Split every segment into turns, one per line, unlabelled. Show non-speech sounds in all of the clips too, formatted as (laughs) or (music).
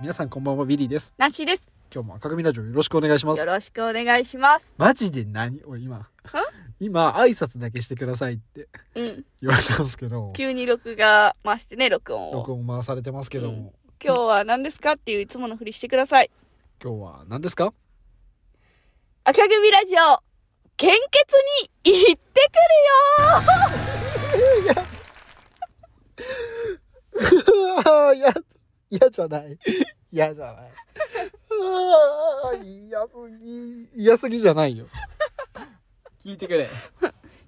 皆さんこんばんは、ビリーです。
なしです。
今日も赤組ラジオよろしくお願いしま
よ
す。
ろしくお願いします。
マジで何俺今、今、挨拶だけしてくださいって (laughs)
うん。
言われたんですけど、
急に録画回してね、録音
録
を。
音回されてますけども、
今日は何ですかっていういつものふりしてください。
今日は何ですか (laughs)
赤組ラジオ、献血に行ってくるよ
嫌、嫌じゃない。 (laughs) 嫌じゃない。うわー嫌すぎ、嫌すぎじゃな
(laughs)
いよ。聞いてくれ。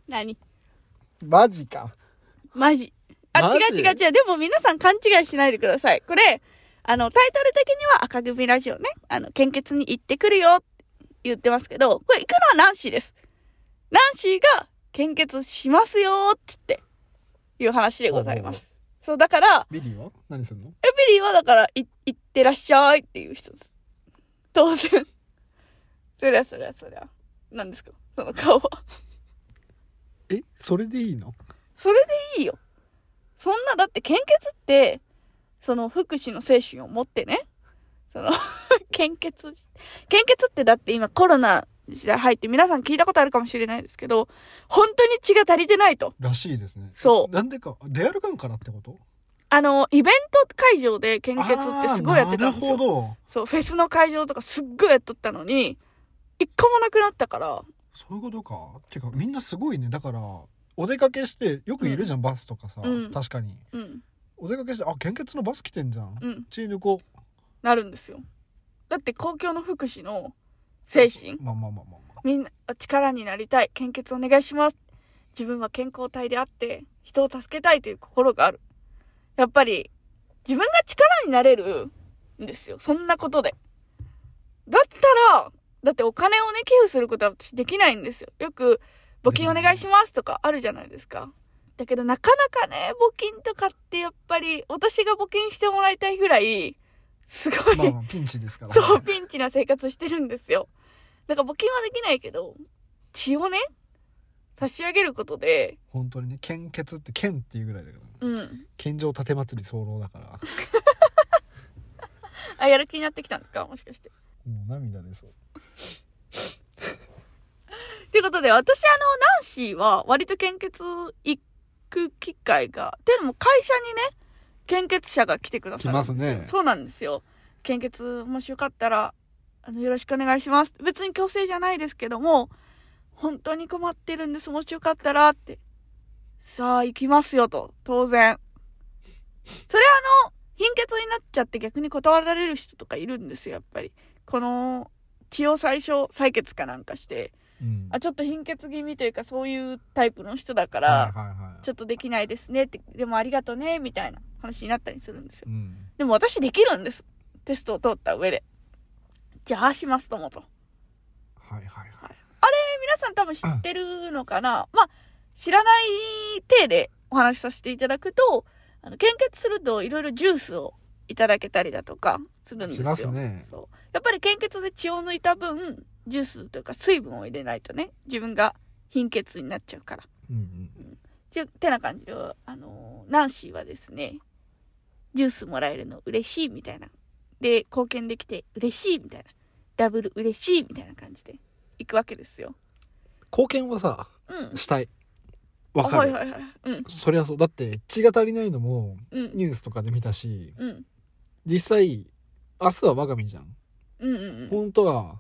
何
マジか。
マジ。あ、
マ
違
ジ
う違う違う。でも皆さん勘違いしないでください。これ、あの、タイトル的には赤組ラジオね、あの、献血に行ってくるよって言ってますけど、これ行くのはナンシーです。ナンシーが献血しますよーっつって、いう話でございます。そう、だから、
ビリーは何するの
エビリーはだから、い、行ってらっしゃいっていう人です。当然。そりゃそりゃそりゃ。何ですかその顔は。
え、それでいいの
それでいいよ。そんな、だって献血って、その福祉の精神を持ってね、その、 (laughs) 献血し、献血ってだって今コロナ時代入って皆さん聞いたことあるかもしれないですけど、本当に血が足りてないと。
らしいですね。
そう
なんでか、出歩かんからってこと
あの、イベント会場で献血ってすごいやってたんです
あーなるほ
よ。
ど。
そう、フェスの会場とかすっごいやっとったのに、一個もなくなったから、
そういうことか。てか、みんなすごいね。だから、お出かけして、よくいるじゃん、バスとかさ。
うん
確かに。
うん、
お出かけして、あ、献血のバス来てんじゃん。
うん、
血抜こう。
なるんですよ。だって公共の福祉の精神、
まあまあまあまあまあ。
みんな力になりたい献血お願いします自分は健康体であって人を助けたいという心があるやっぱり自分が力になれるんですよそんなことでだったらだってお金をね寄付することは私できないんですよよく募金お願いしますとかあるじゃないですかだけどなかなかね募金とかってやっぱり私が募金してもらいたいぐらいすごい、
まあ、ま
(laughs)
あ、ピンチですから、
そう、ピンチな生活してるんですよ。だから募金はできないけど、血をね、差し上げることで、
本当にね、献血って献っていうぐらいだから、ね。
うん。
献上盾祭り候だから。
あ、やる気になってきたんですかもしかして。
もう涙出そう。
ということで、私あの、ナンシーは割と献血行く機会が、っていうのも会社にね、献血者が来てくださるんですよ。
来ますね
そうなんですよ。献血、もしよかったら、あの、よろしくお願いします。別に強制じゃないですけども、本当に困ってるんです。もしよかったら、って。さあ、行きますよ、と。当然。それあの、貧血になっちゃって逆に断られる人とかいるんですよ、やっぱり。この、血を最初、採血かなんかして、
うん。
あちょっと貧血気味というかそういうタイプの人だから、
はいはいはい。
ちょっとできないですねってでもありがとねみたいな話になったりするんですよ
うん。
でも私できるんですテストを通った上でじゃあしますともと
はいはいはい。
皆さん多分知ってるのかな、まあ知らない体でお話しさせていただくとあの献血するといろいろジュースをいただけたりだとかするんですよ
しますね
そうやっぱり献血で血を抜いた分ジュースというか水分を入れないとね自分が貧血になっちゃうから
うんうん。
じゅてな感じで、あのーナンシーはですね、ジュースもらえるの嬉しいみたいな。で、貢献できて嬉しいみたいな。ダブル嬉しいみたいな感じで行くわけですよ。
貢献はさ、
うん。
したい。わかる。
はいはいはい。うん。
そりゃそう。だって、血が足りないのも、
うん。
ニュースとかで見たし、
うん。
実際、明日は我が身じゃん。
うんうんうん。
本当は、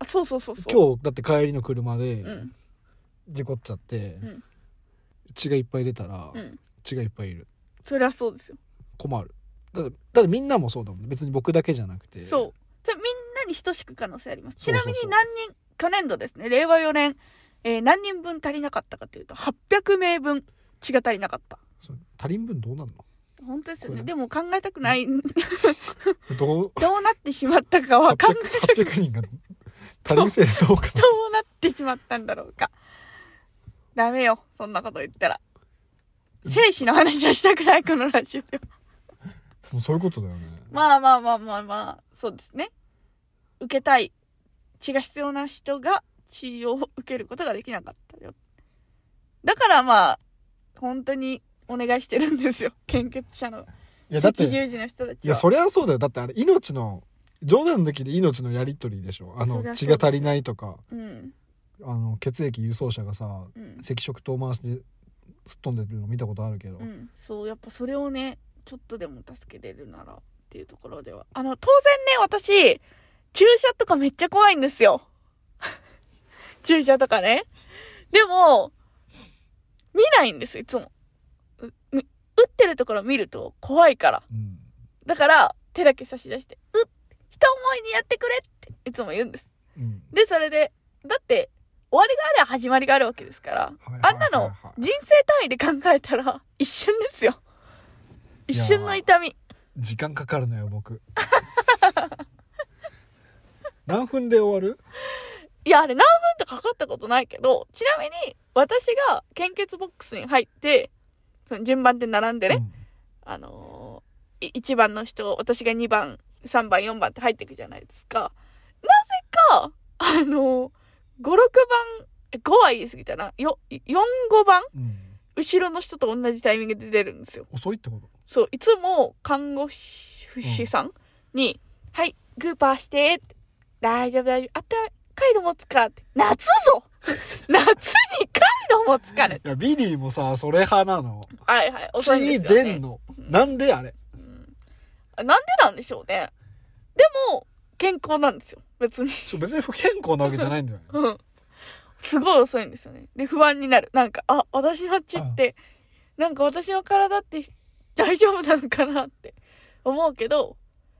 あ、そうそうそうそう。
今日だって帰りの車で
うん。
事故っちゃって、
うん
血がいっぱい出たら、
うん。
血がいっぱいいる
そりゃそうですよ。
困るだってだってみんなもそうだもんね別に僕だけじゃなくて
そう。それみんなに等しく可能性あります。
そ
ち
うそう
な
そ
み
う
に何人、去年度ですね、令和4年、えー何人分足りなかったかというと、800名分血が足りなかった。
そう他人分どうなる
本当ですよ
こ
ね。
れ
でも考えたくない
のどう
どうなってしまったかは考え
800 800人が足りんせいでどうか
ど
な
うなってしまったんだろうか。ダメよ、そんなこと言ったら。生死の話はしたくない、このラジオでは。
もうそういうことだよね、
まあまあまあまあまあ、そうですね。受けたい。血が必要な人が血を受けることができなかったよ。だからまあ、本当にお願いしてるんですよ。献血者の
いやだって
赤十字の人たちは。
いやそりゃそうだよだってあれ命の冗談抜きで命のやり取りでしょあ
そり
の
ゃそ
血
うで
が
す
足りないとか
うん。
あの血液輸送車がさ
うん。
赤色灯回しですっ飛んでるの見たことあるけど、
うん。そう、やっぱそれをね、ちょっとでも助けれるならっていうところでは。あの、当然ね、私、注射とかめっちゃ怖いんですよ。 (laughs) 注射とかね。でも、見ないんですよ、いつも。うみ打ってるところ見ると怖いから。
うん
だから、手だけ差し出して、うっ一思いにやってくれって、いつも言うんです。
うん
で、それで、だって、終わりがあれば始まりがあるわけですから、
はいはいは
あ
い
ん
はい
なの人生単位で考えたら (laughs) 一瞬ですよ。
い
一
やー
瞬の痛み。
時間かかるのよ僕 (laughs) 何分で終わる
いや、あれ何分かかかったことないけど、ちなみに私が献血ボックスに入って、その順番で並んでね、
うん
あのー、い1番の人、私が2番、3番、4番って入っていくじゃないですか。なぜか、あのー、5、6番、え5は言い過ぎたな。よ、4、5番
うん
後ろの人と同じタイミングで出るんですよ。
遅いってこと
そう、いつも看護師さんに、はい、グーパーしてって、大丈夫大丈夫、あったかいの持つかって、夏ぞ (laughs) 夏にカイロ持つかね
いやビリーもさそれ派なの
はいはい、遅いんですよ
出
ね
ん。の、
うん
なんであれ
うんあなんでなんでしょうね。でも、健康なんですよ。別に。
ちょ別に不健康なわけじゃないんだよね
うん。 (laughs) すごい遅いんですよね。で、不安になる。なんか、あ、私の血って、なんか私の体って大丈夫なのかなって思うけど、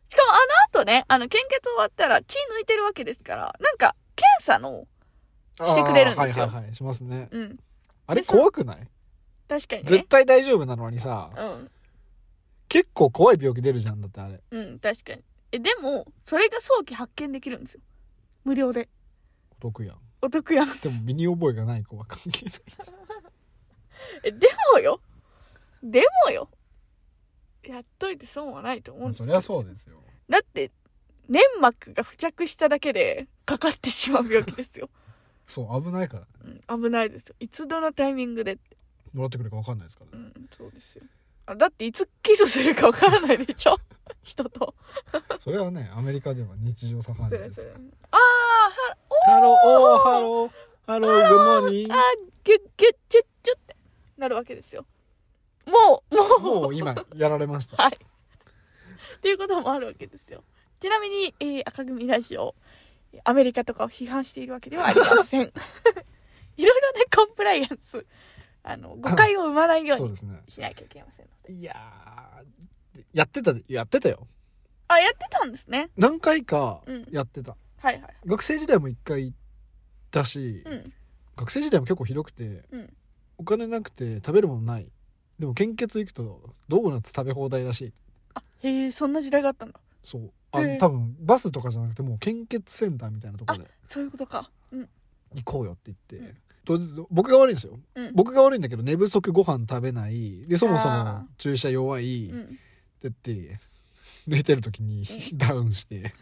しかもあの後ね、あの、献血終わったら血抜いてるわけですから、なんか、検査の、 (laughs) してくれるんですよ
あーはいはいはいしますね
うん、
あれ
でそう
怖くない
確かに
絶
ね。
対大丈夫なのにさ
うん、
結構怖い病気出るじゃんだってあれ
うん、確かに。え、でも、それが早期発見できるんですよ。無料で。
お得やん
お得やん。
でも身に覚えがない子は関係ない
え、でもよ。でもよ。やっといて損はないと思うんです
そりゃそうですよ
だって、粘膜が付着しただけでかかってしまう病気ですよ。
そう危ないから
うん、危ないですよ。いつどのタイミングでって。
もらってくるか分かんないですから
う
ね
ん、そうですよ。あだっていつキスするかわからないでしょ (laughs) 人と。
それはねアメリカでは日常茶飯
そ
事
れそ
です
れ。ああ、
ハローおーハローハローグッモーニング
ゲッゲッチュッチュッってなるわけですよ。もう、もう、
もう今やられました
はい。っていうこともあるわけですよ。ちなみに、えー赤組ラジオ、アメリカとかを批判しているわけではありま (laughs) せん。いろいろね、コンプライアンス、あの、誤解を生まないよ
そうう
に
ですね
しなきゃいけませんので。
いやーやってたやってたよ
あ、やってたんですね。
何回か
うん
やってた、
はいはい。
学生時代も一回行ったし、
うん。
学生時代も結構ひどくて
うん。
お金なくて食べるものないでも献血行くとドーナツ食べ放題らしい
へえ、そんな時代があったんだ。
そうあの、
へえ
多分バスとかじゃなくてもう献血センターみたいなところで
そういうことか。うん。
行こうよって言って、
うん
当日僕が悪いんですよ、
うん
僕が悪いんだけど寝不足ご飯食べないでそもそも
あ
注射弱い、
う
って
ん。
言って寝てる時にダウンして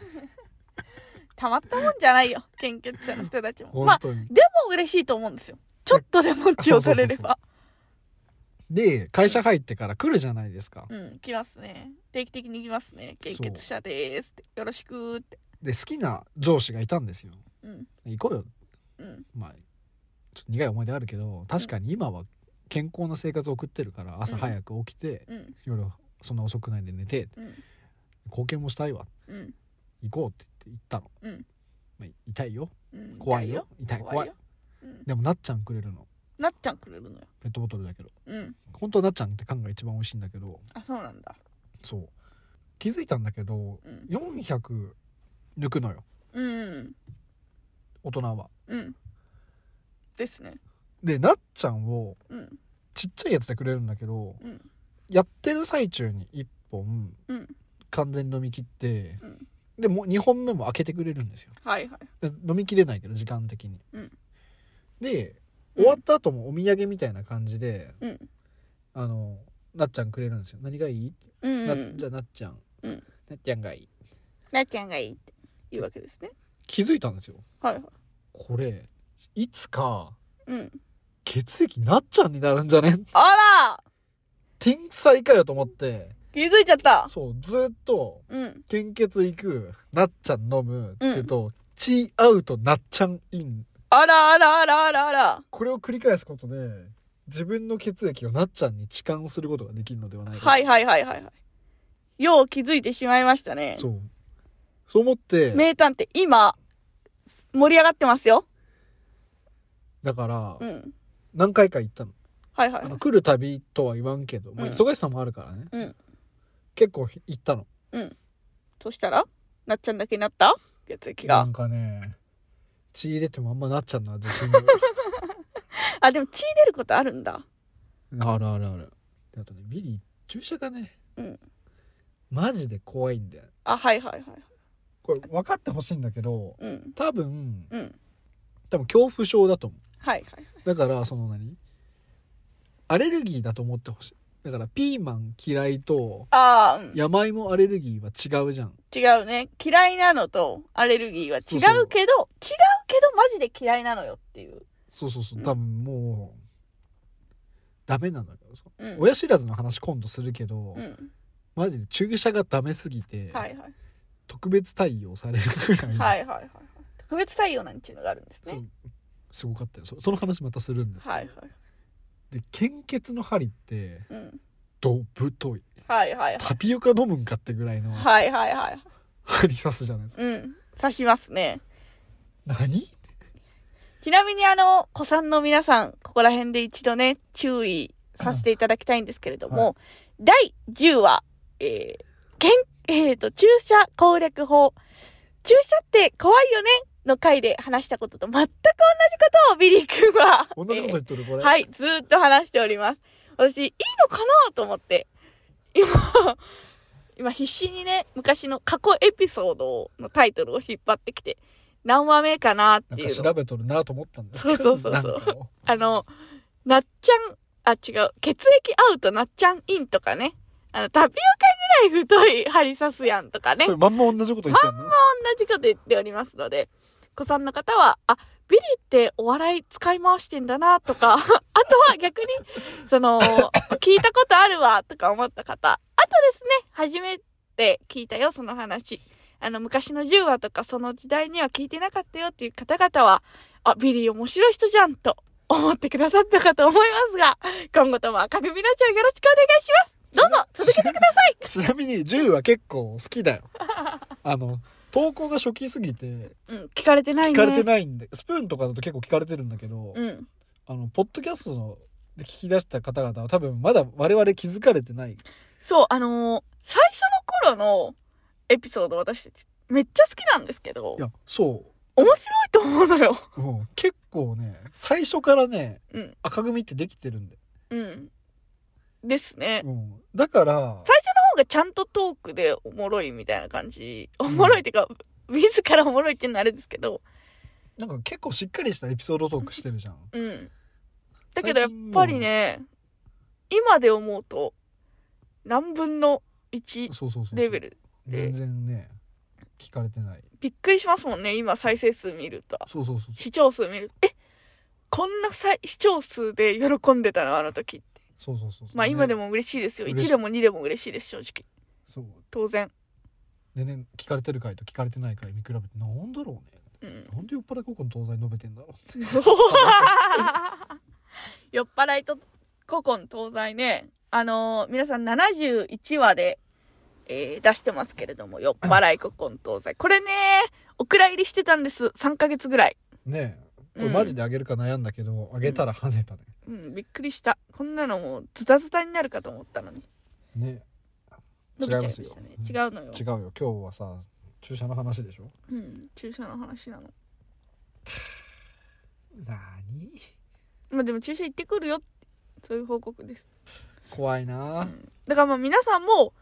たまったもんじゃないよ。献血者の人たちも。ま
本
あ、
当に、
でも嬉しいと思うんですよ。ちょっとでも血を取れれば。
で会社入ってから来るじゃないですか、
うん、来ますね。定期的に来ますね。
そう
献血者ですって。よろしくーって。
で好きな上司がいたんですよ
うん、
行こうよ
うん、
まあちょっと苦い思い出あるけど確かに今は健康な生活を送ってるから朝早く起きて、
うん、
夜そんな遅くないで寝て
うん、
貢献もしたいわ
うん、
行こうって言って行ったの、
うん
まあ、痛いよ
うん。
怖いよ痛い怖い
ようん
でもなっちゃんくれるの
なっちゃんくれるのよ。
ペットボトルだけど
うん。
本当はなっちゃんって缶が一番美味しいんだけど
あ、そうなんだ。
そう気づいたんだけど
うん。
400抜くのよ
うん。
大人は
うん。ですね。
でなっちゃんを
うん。
ちっちゃいやつでくれるんだけど
うん。
やってる最中に1本
うん。
完全に飲み切って、
うん
でもう2本目も開けてくれるんですよ
はいはい。
で飲みきれないけど時間的に、
うん
で終わった後もお土産みたいな感じで、
うん。
あのなっちゃんくれるんですよ何がいい、
うん。
なじゃあなっちゃん、
うん
なっちゃんがいい
なっちゃんがいいって言うわけですね。
気づいたんですよ
はいはい。
これいつか
うん。
(laughs) 血液なっちゃんになるんじゃね
あら
天才かよと思って
気づいちゃった。
そう、ずっと、
うん。
献血行く、なっちゃん飲むって言うと、チーアウトなっちゃんイン。
あらあらあらあらあら。
これを繰り返すことで、自分の血液をなっちゃんに置換することができるのではないかと
はいはいはいはいはい。よう気づいてしまいましたね。
そう。そう思って、
名探偵、今、盛り上がってますよ。
だから
う、ん。
何回か行ったの。
はいはい
あ。の来る旅とは言わんけど、まあ
うん
忙しさもあるからね。
うん
結構行ったの。
そしたらなっちゃんだけになった血液
な
が
ん。かね、血出てもあんまなっちゃうな、自信
(laughs) あ、でも血出ることあるんだ。
あるあるある。であとね、ビリー、注射がね、
うん
マジで怖いんだよ。
あ、はいはいはい。
これ分かってほしいんだけど、
うん。
多分、
うん。
多分恐怖症だと思
はいはい。
う。だから、その何アレルギーだと思ってほしい。だから、ピーマン嫌いと、
ああ、うん
山芋アレルギーは違うじゃん。
違うね。嫌いなのとアレルギーは違うけど、
そうそう
違うけどマジで嫌いなのよっていう。
そうそうそう、
うん
多分もう、ダメなんだけどさ。
うん。
親知らずの話今度するけど、
うん。
マジで注射がダメすぎて、
はいはい。
特別対応されるぐらい、
はいはいはい。特別採用なんていうのがあるんです
そ
ね。
うすごかったよそその話またするんですけど、
はいはい。
で献血の針って
うん。
どぶとい
はいはいはい。
タピオカ飲むんかってぐらいの
はいはいはい。
針刺すじゃないですか、
うん。刺しますね。
何
ちなみにあの、子さんの皆さん、ここら辺で一度ね、注意させていただきたいんですけれども、第10話、えー、けん、えーと、注射攻略法。注射って怖いよねの回で話したことと全く同じことをビリー君は、
同じこと言っとる
え
こ
ー
れ、
(laughs) はい、ずーっと話しております。私、いいのかなと思って、今、今必死にね、昔の過去エピソードのタイトルを引っ張ってきて、何話目かなっ
なん
ていう
か
のを
調べとるなと思ったんですけ
そ
ど
うそうそうそう
なんか
あの、なっちゃん、あ、違う、血液アウトなっちゃんインとかね。あの、タピオカぐらい太い針刺すやんとかね。
そ
同
れまんま同じこと言ってんの、
じこと言っておりますので、子さんの方は、あ、ビリってお笑い使い回してんだなとか、あ (laughs) とは逆に、その、聞いたことあるわとか思った方、あとですね、初めて聞いたよ、その話。あの、昔の10話とかその時代には聞いてなかったよっていう方々は、あ、ビリー面白い人じゃんと思ってくださったかと思いますが、今後とも赤組ラジオよろしくお願いしますどうぞ続けてください
(laughs) ちなみに10は結構好きだよあの投稿が初期すぎて
うん、聞かれてない
聞
ね。
かれてないんで、スプーンとかだと結構聞かれてるんだけど、
うん。
あのポッドキャストので聞き出した方々は多分まだ我々気づかれてない
そう、あのー最初の頃のエピソード私たちめっちゃ好きなんですけど
い、やそ
面白いと思うのよ。
う、うん、結構ね最初からね、
うん
赤組ってできてるんで、
うん。ですね。
うん、だから
方がちゃんとトークでおもろいみたいな感じ。おもろいっていうか、自らおもろいっていうのはあれですけど。
なんか結構しっかりしたエピソードトークしてる
(laughs)
じゃん
うん。だけどやっぱりね、今で思うと、何分の1
そうそうそうそう
レベル。で
全然ね聞かれてない
びっくりしますもんね、今再生数見ると。
そうそうそうそう
視聴数見ると。えこんなさい視聴数で喜んでたのあの時って。
そうそうそうそう
まあ今で
ね
も嬉しいですよ。
嬉しい
1でも2でも嬉しいです、正直。
そう
当然。
でね聞かれてる回と聞かれてない回見比べてなんだろうね (laughs)
うん。
なんで酔っ払い高校の東西述べてんだろうって
(laughs) 酔っ払いと古今東西ね、あのー皆さん71話で、えー出してますけれども、酔っ払い古今東西。これね、お蔵入りしてたんです。3ヶ月ぐらい。
ねえこれマジであげるか悩んだけどあ、げたら跳ねたね、
うん、びっくりした。こんなのもうズタズタになるかと思ったのに。
ね
伸びちゃいましたね。違
違いう
のよ。
違うよ今日はさ注射の話でしょ
うん、注射の話なの。
なに
まあでも注射行ってくるよってそういう報告です。
怖いな、
だからまあ皆さんも、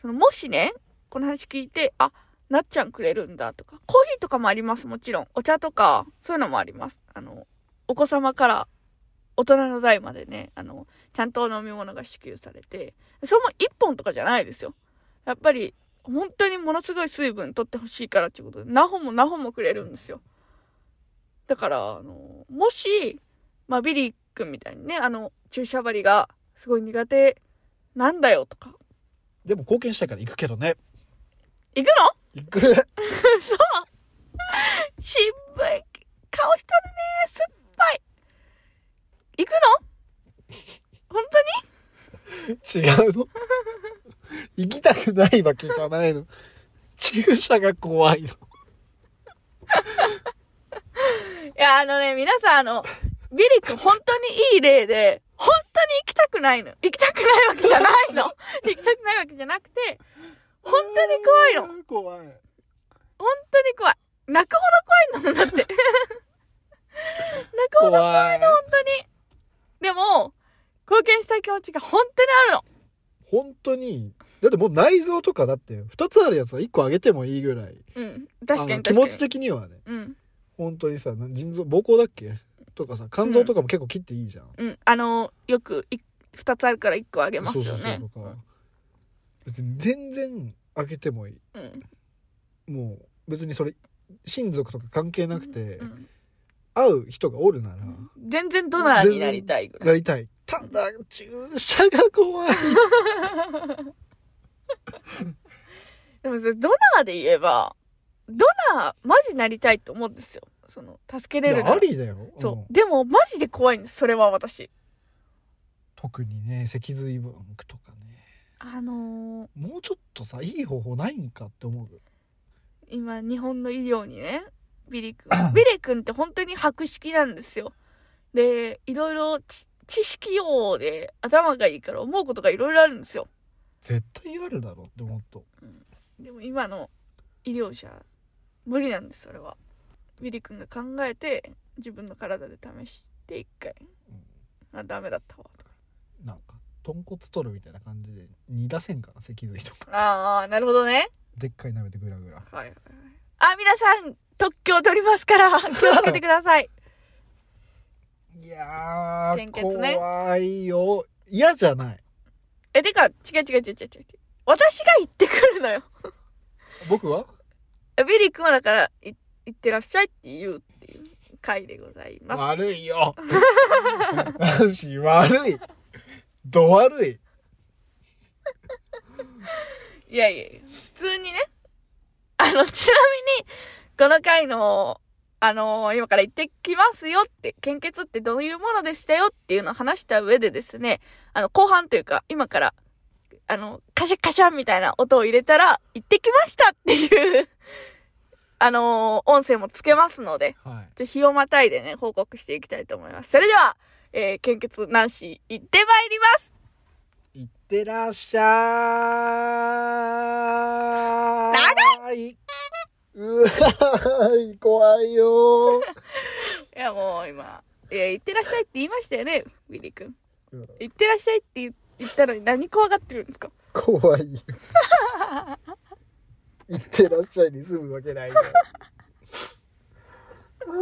そのもしね、この話聞いて、あ、なっちゃんくれるんだとか、コーヒーとかもあります、もちろん。お茶とか、そういうのもあります。あの、お子様から大人の代までね、あの、ちゃんと飲み物が支給されて、それも1本とかじゃないですよ。やっぱり、本当にものすごい水分取ってほしいからっていうことで、何本も何本もくれるんですよ。だから、あの、もし、まあ、ビリー君みたいにね、あの、注射針がすごい苦手なんだよとか、
でも貢献したいから行くけどね。
行くの
行く。 (laughs)
渋い顔しとるね酸っぱい行くの本当に
違うの (laughs) 行きたくないわけじゃないの。注射が怖いの。
いや、あのね、皆さん、あの、ビリ君本当にいい例で、本当に行きたくないの。行きたくないわけじゃないの。行きたくないわけじゃなくて、本当に怖いの。
の。怖い。
本当に怖い。泣くほど怖いんだもんだって。泣くほど、本
怖い。
当に。でも、貢献したい気持ちが本当にあるの。
本当に。だってもう内臓とかだって、二つあるやつは一個あげてもいいぐらい。
うん。確か
あの
に確かに。
気持ち的にはね、
うん。
本当にさ、な腎臓、膀胱だっけとかさ、肝臓とかも結構切っていいじゃん。
うん。あの、よく、い二つあるから一個あげますよね。
とか。別に全然あげてもいい。
うん。
もう、別にそれ、親族とか関係なくて、
うん。
会う人がおるなら、
全然ドナーになりたいぐらい。
なりたい。ただ、注射が怖い。
でもそれドナーで言えば、ドナー、マジなりたいと思うんですよ。その、助け
い
れる
や
な
あ
ら。
りだよ。うん
そう。でも、マジで怖いんです。それは私。
特にね、脊髄バンクとかね。
あのー、
もうちょっとさ、いい方法ないんかって思う。
今、日本の医療にね、ビリ
(coughs)
君。ビリ君って本当に博識なんですよ。で、いろいろ知、知識用で頭がいいから思うことがいろいろあるんですよ。
絶対あるだろうって思っと。
でも今の医療者、無理なんです、それは。ビリ君が考えて、自分の体で試して一回。あ、ダメだったわ、とか。
なんか、豚骨取るみたいな感じで、煮出せんかな、脊髄とか。
ああ、なるほどね。
でっかい鍋でグラグラ。
はいはいはい。あ、皆さん、特許を取ります (laughs) から、気をつけてください。
いやー、
献血ね
怖いよ。嫌じゃない。
え、てか、違う違う違う違う違う。私が行ってくるのよ。
僕は
ビリ君はだから、い行ってらっしゃいって言うっていう回でございます。
悪いよ。マジ悪い。ど悪い。
いやいやいや、普通にね。あの、ちなみに、この回の、あの今から行ってきますよって、献血ってどういうものでしたよっていうのを話した上でですね、あの、後半というか、今から、あの、カシャカシャみたいな音を入れたら、行ってきましたっていう、 (laughs) あの音声もつけますので、
はい。
ちょっと日をまたいでね、報告していきたいと思います。それでは、えー献血男子、行ってまいります
いってらっしゃーい。長いうわーい、怖いよ
いや、もう今、いや、行ってらっしゃいって言いましたよね、ウィリー君。
ー。うん
行ってらっしゃいって言言ったのに何怖がってるんですか
怖いよ。いってらっしゃいに済むわけないじゃん。うわ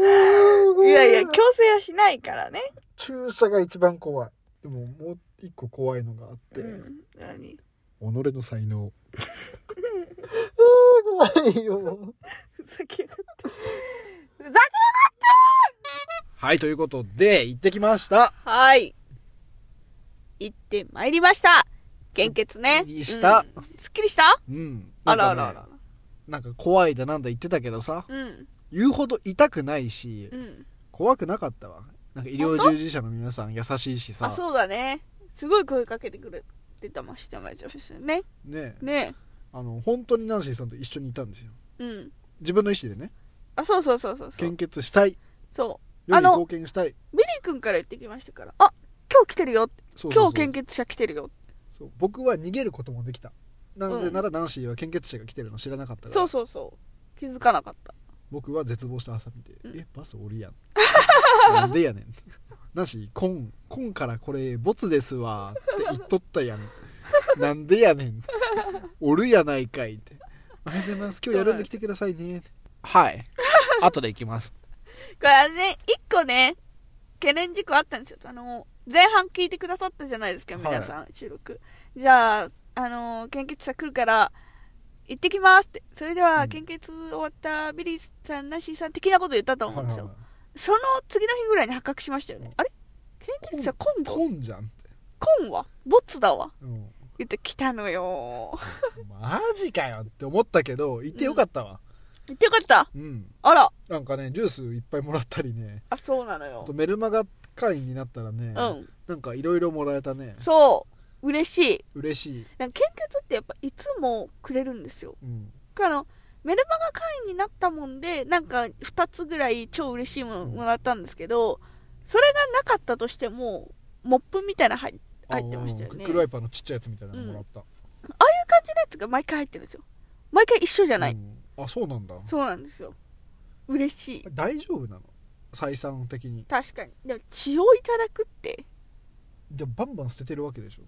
ー
いやいや、強制はしないからね。
注射が一番怖い。でも、もう一個怖いのがあって、
うん。何
己の才
(laughs)
能。あー怖いよ。
ふざけやがって。ふざ
はい、ということで、行ってきました。
けはい。行ってまいりました献血ね。
すっきりした
うんすっきりした
うん。
あ
な
らあ
んかね
らあら。
なんか怖いだなんだ言ってたけどさ、
うん。
言うほど痛くないし、
うん。
怖くなかったわ。なんか医療従事者の皆さん優しいし
あ、
さ、
そうだね。すごい声かけてくれてたましてまいちゃですよね。
ねえ、
ね
あの、本当にナンシーさんと一緒にいたんですよ。
うん。
自分の意思でね、
あ、そうそうそうそうそう。
献血したい、
そ
世
あ
に
の
貢献したい。
う。ビリー君から言ってきましたから。あ、今日来てるよ。
そうそ
今
うそう
日献血者来てるよ。
そう僕は逃げることもできた。なぜ
うん
ならナンシーは献血者が来てるの知らなかったから、
そうそうそう。気づかなかった。
僕は絶望した朝見て、
うん
え、バスおるやん。 (laughs) なんでやねん。ナンシー、コン、コンからこれ、ボツですわって言っとっ
(laughs)
たやん。なんでやねん。おるやないかいって。おはようございます。今日やるんで来てくださいね。はい。後で行きます。
これはね、一個ね、懸念事項あったんですよ。あの、前半聞いてくださったじゃないですか、
はい
皆さん、収録。じゃあ、あの、献血者来るから、行ってきますって。それで
う
は、
ん
献血終わったビリーさん、ナッシーさん的なこと言ったと思うんですよ。
はい
その次の日ぐらいに発覚しましたよね。あれ献血者今度
コンじゃんって。
今はボツだわ。
うん
言って来たのよ。 (laughs)
マジかよって思ったけど行ってよかったわ
言ってよかった
うん、
あら
なんかねジュースいっぱいもらったりね
あ、そうなの
あ
よ
と。メルマガ会員になったらね、
うん。
なんかいろいろもらえたね
そう。嬉しい。
嬉しい、
なんか献血ってやっぱいつもくれるんですよ。
うん、
あの、メルマガ会員になったもんで、なんか2つぐらい超嬉しいものもらったんですけど、それがなかったとしても、モップみたいなの入入ってましたよ
あうん
ね。
クックルワイパーのちっちゃいやつみたいなのもらった、
ああいう感じのやつが毎回入ってるんですよ。毎回一緒じゃない。
うんあそうなんだ
そうなんですよ。嬉しい。
大丈夫なの採算的に
確かに。でも血をいただくって、
じゃあバンバン捨ててるわけでしょ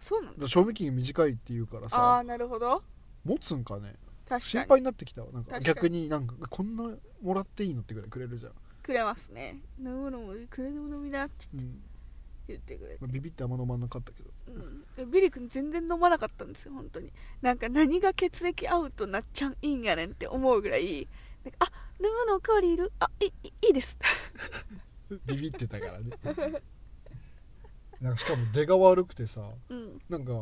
そうなん
だ
で
から
す
賞味期限短いっていうから
ああ
さ
ー、なるほど。
持つんかね
確
心
かに。
配になってきたわなんか
確かに
逆になんかこんなもらっていいのってぐらいくれるじゃん、
くれますね。飲むのもくれでも飲みなって
うん
言ってくれて
まあ、ビビってあんま飲まなかったけど
うん、ビリ君全然飲まなかったんですよ本当になんか何が血液合うとなっちゃんいいんやねんって思うぐらいなんかあ飲むのおかわりいるあいいいいです (laughs)
ビビってたからねなんかしかも出が悪くてさ
うん
なんか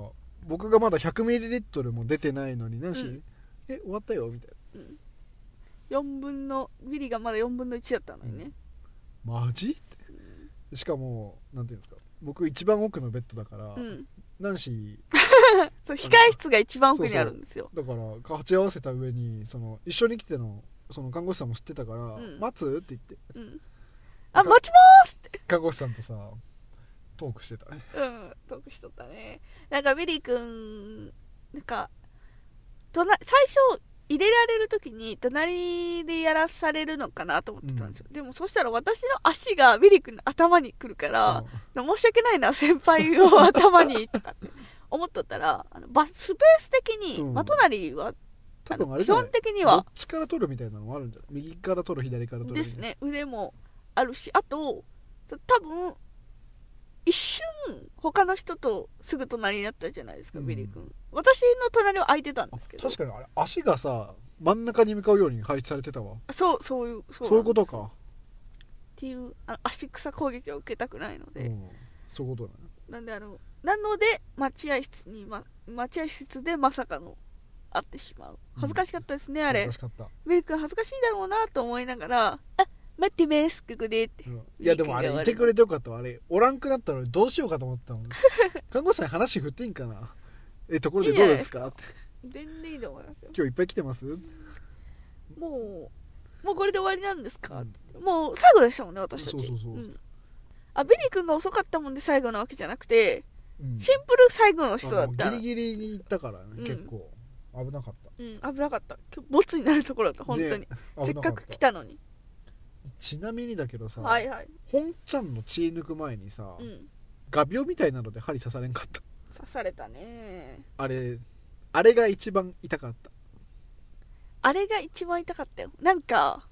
僕がまだ 100ml も出てないのに何し、
うん
え終わったよみたい
4分のビリがまだ4分の1だったのにね、
なマジってしかもなんていうんですか僕一番奥のベッドだから、
うん、
ナンシー
そう控え室が一番奥にあるんですよ
だから鉢合わせた上にその一緒に来てのその看護師さんも知ってたから「
ん
待つ?」って言って
うん、あ
なんか
待ちますって
看護師さんとさトークしてたね
うんトークしとったねなんかビリー君なんか隣最初入れられる時に隣でやらされるのかなと思ってたんですよ、でもそしたら私の足がビリー君の頭に来るから、申し訳ないな申し訳ないな先輩を頭にとかって思っとったらあのばスペース的に、
うん
まあ、隣は
多
あ
分
の
あれ
基
じゃない
本的に
どっ
は
ちから取るみたいなのもあるんじゃない右から取る左から取るみ
で
たい
す
な
ね腕もあるしあとそう多分一瞬他の人とすぐ隣になったじゃないですか、
うん
ビリー君私の隣は空いてたんですけど
確かにあれ足がさ真ん中に向かうように配置されてたわ
そうそういうそ
そうう
ないんですよ
うことか
っていうあの足草攻撃を受けたくないの
う
で、
んそういうことね
なんであのなので待合室に、ま、待合室でまさかの会ってしまう恥ずかしかったですね、あれ
難しかった、
ビリー君恥ずかしいだろうなと思いながら「あ待ってますここで」って
うんいやでもあ
いい
れ
けど
いてくれてよかったわあれおらんくなったら俺どうしようかと思ってたも
(laughs)
ん看護師さんに話振っていいんかなえところでどうですかって
全然いいと思いますよ
今日いっぱい来てます
もう、もうこれで終わりなんですか、もう最後でしたもんね、私たち。
そうそうそうん
あ、ビリー君が遅かったもんで最後なわけじゃなくて、
うん
シンプル最後の人だ
あ
っ
の
た。
ギリギリに行ったからね、
うん
結構危なかった
うん、危なかった。今日ボツになるところだった、本当に
で。危
せっ
なか
か
っ
く
た
来たのに。
ちなみにだけどさ、
はいはい。
本ちゃんの血抜く前にさ、
うん。
画鋲みたいなので針刺されんかった
刺されたね。
あれあれが一番痛かった
あれが一番痛かったよ。なんか、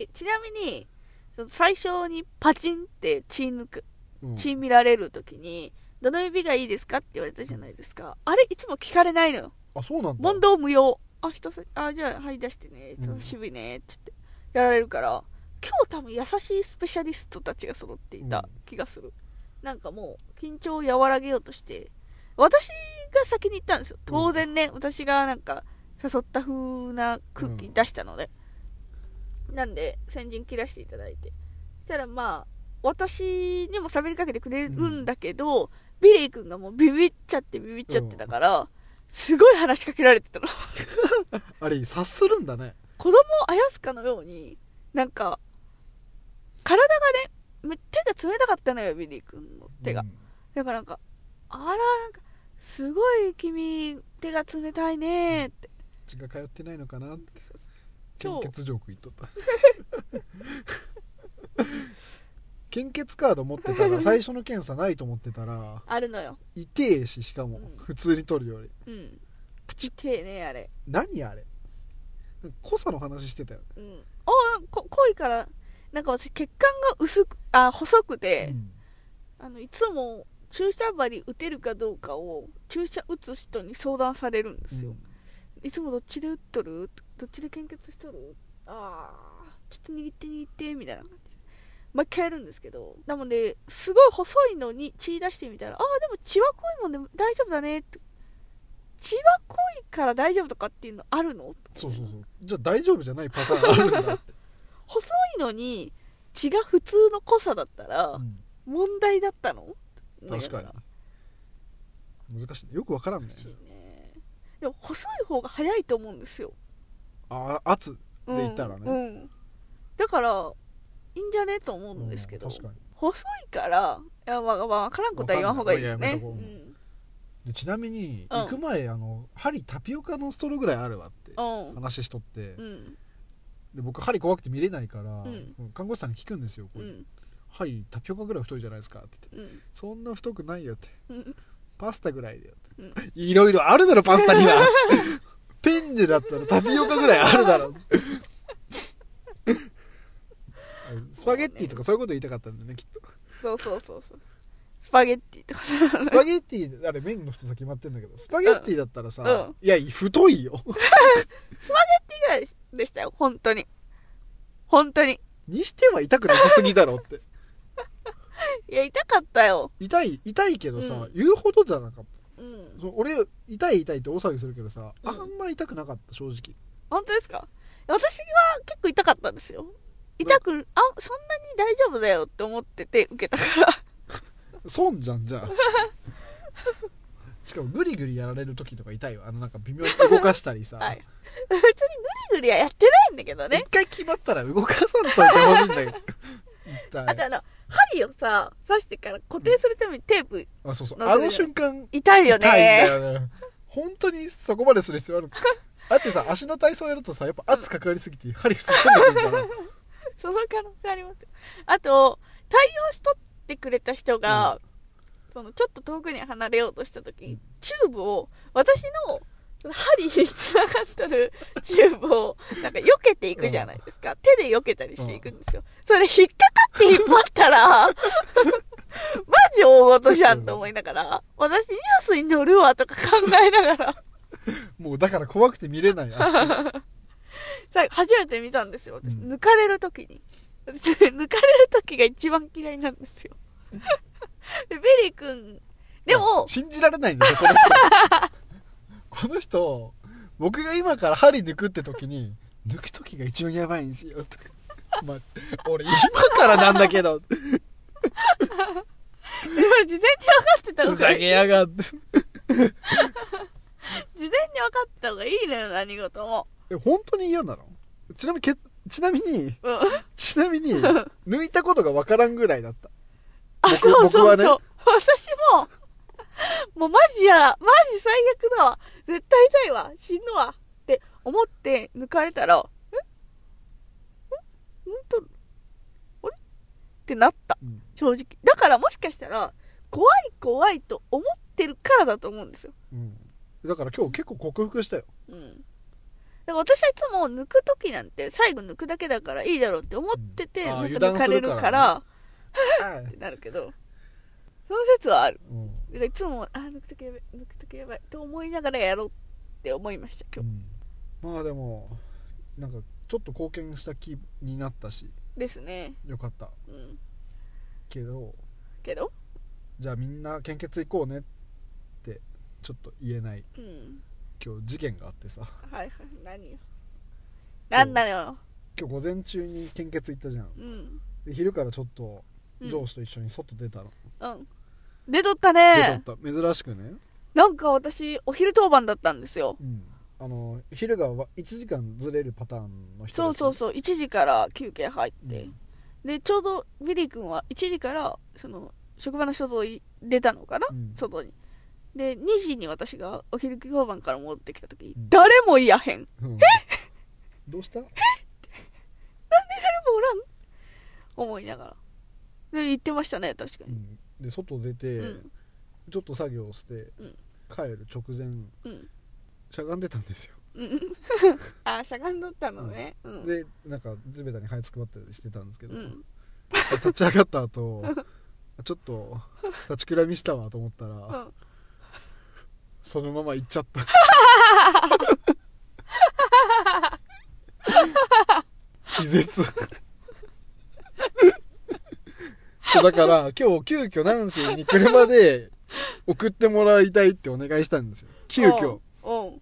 えちなみに、その最初にパチンって血抜く、
うん
血見られるときに、どの指がいいですかって言われたじゃないですか。あれ、いつも聞かれないのよ。
あそうなんだ
問答無用あ人さあじゃあはい出してね
う
ちょ
ん
っと守備ねっつってやられるから今日多分優しいスペシャリストたちが揃っていた気がする、なんかもう緊張を和らげようとして私が先に行ったんですよ当然ね、私がなんか誘った風な空気出したので、なんで先陣切らせていただいてそしたらまあ私にも喋りかけてくれるんだけど、ビリー君がもうビビっちゃってビビっちゃってたから、すごい話しかけられてたの (laughs)
あれ察するんだね
子供をあやすかのようになんか体がねめ手が冷たかったのよビリー君の手が、
うん
だからなんかあらなんかすごい君手が冷たいねって
血が通ってないのかなって
超
献血ジョーク言っとった献血カード持って
(laughs)
たら最初の検査ないと思ってたら
あるのよ
痛えししかも
うん
普通に取るより
うんプチってねあれ
何あれ濃さの話してたよね、
うんあこ濃いからなんか私血管が薄くあ細くて、
うん
あのいつも注射針打てるかどうかを注射打つ人に相談されるんですよ、いつもどっちで打っとるどっちで献血しとるああちょっと握って握ってみたいな感じで毎回やるんですけどなのですごい細いのに血出してみたらああでも血は濃いもんで大丈夫だねって血は濃いから大丈夫とかっていうのあるの
そうそうそうじゃあ大丈夫じゃないパターンあるんだって、
細いのに血が普通の濃さだったら
うん
問題だったの
確かに難しいねよくわからんね
難しいねでも細い方が早いと思うんですよ
あ圧
うん
でいたらね
うんだからいいんじゃねと思うんですけど、
うん確か
細いからいや、まあまあ、分からんことは言わん方がいいですね
わかんないにちなみに
うん
行く前、あの針タピオカのストローぐらいあるわって
うんうん
話しとって、
うん
で僕針怖くて見れないから、
ん
看護師さんに聞くんですよこ
う
れ、
ん
針タピオカぐらい太いじゃないですかって言って
うん
そんな太くないよって
うん
パスタぐらいだよ
う
っ
ん
て、 (laughs) いろいろあるだろパスタには (laughs) ペンネだったらタピオカぐらいある
(laughs)
だろスパゲッティとかそういうこと言いたかったんだよねきっと
そうそうそうそうスパゲッティとかさ
スパゲッティあれ麺の太さ決まってんだけどスパゲッティだったらさ、
うん
いや太いよ (laughs)
ぐらいでしたよ本当に本当に
にしては痛くなさすぎだろって
いや痛かったよ
痛い痛いけどさ、
うん
言うほどじゃなかった
うん
そう俺痛い痛いって大騒ぎするけどさ、
うん
あんま痛くなかった正直
本当ですか私は結構痛かったんですよ痛くあそんなに大丈夫だよって思ってて受けたから
損じゃんじゃあ (laughs) しかもグリグリやられる時とか痛いよあのなんか微妙に動かしたり
(laughs)
さ、
はい。別にグリグリはやってないんだけどね
一。回決まったら動かさんといてほしいんだ
(laughs)
けど
あと
痛い
あの、針をさ、刺してから固定するためにテープ、
あそうそう
な
あ
ぜだよ
の瞬間
痛い
痛
よ
いんだ
ね。
よね本当にそこまでする必要あるだってさ足の体操やるとさやっぱ圧かかりすぎて針すっ飛んでくるから
(laughs) その可能性ありますよ。あと、対応しとってくれた人が、そのちょっと遠くに離れようとした時に、チューブを、私の、その針につながっとる (laughs) チューブを、なんか避けていくじゃないですか。手で避けたりしていくんですよ。それ引っかかって引っ張ったら、マジ大事じゃんと思いながら、私ニュースに乗るわとか考えながら、
もうだから怖くて見れないあっち
最後初めて見たんですよ。私、
うん
抜かれる時に。私抜かれる時が一番嫌いなんです
(laughs)
よ。で、ベリー君、でも、
信じられないんだよこの人この (laughs) 人僕が今から針抜くって時に抜く時が一番やばいんですよとか、 (laughs) まあ、俺今からなんだ (laughs) けど
でも事前に分かってた
ふ
方が
ざ
いい
け。やがって
事前に分かった方がいいのよ、何事も。
(laughs) え本当に嫌なのちなみにけちなみに
うん。
ちなみ (laughs) に抜いたことがわからんぐらいだった
あ、
僕
そうそう
僕
そ
は
う。私も、もうマジやだ。マジ最悪だわ。絶対痛いわ。死ぬわ。って思って抜かれたら、えんんんと、あれってなった。
うん
正直。だからもしかしたら、怖い怖いと思ってるからだと思うんですよ。
うん、だから今日結構克服したよ
うん。だから私はいつも抜く時なんて最後抜くだけだからいいだろうって思ってて、
うんあ
な
ー
んか
油
抜
断
か
す
れ
る
るか
からね
ら
はい
ってなるけど、その説はある。
うん
だからいつも、あー、抜く時やばい、抜く時やばいと思いながらやろうって思いました、今日。
うんまあでもなんかちょっと貢献した気になったし
ですね。
よかった
うん。
けど
けど、
じゃあみんな献血行こうねってちょっと言えない
うん。
今日事件があってさ
はいはい、何よ。なんなのよ。
今日午前中に献血行ったじゃん
うん。
で昼からちょっと
うん
上司と一緒に外出たの、
うん。出とった
出
ね。
とった珍しくね、
なんか私、お昼当番だったんですよ。
うん、あの昼がわ1時間ずれるパターンの人
そうそう
そ
そう、1時から休憩入って。
うん
で、ちょうどビリー君は1時から、その、職場の外に出たのかな、
うん
外に。で、2時に私がお昼当番から戻ってきた時に、
うん
誰もいやへん。
うん、どうした
もうおらん思いながら。で、言ってましたね、確か
う
に。
んで外出て、
うん
ちょっと作業して、
うん
帰る直前
うん。
しゃがんでたんですよ、
うん。あー、しゃがんどったのね。うん。
でなんか地べたに這いつくばったりしてたんですけど、
うん。
立ち上がった
(laughs)
後ちょっと立ちくらみしたわと思ったら、
ん
そのまま行っちゃった気絶そうだから今日急遽ナンシーに車で送ってもらいたいってお願いしたんですよ急遽
うんうん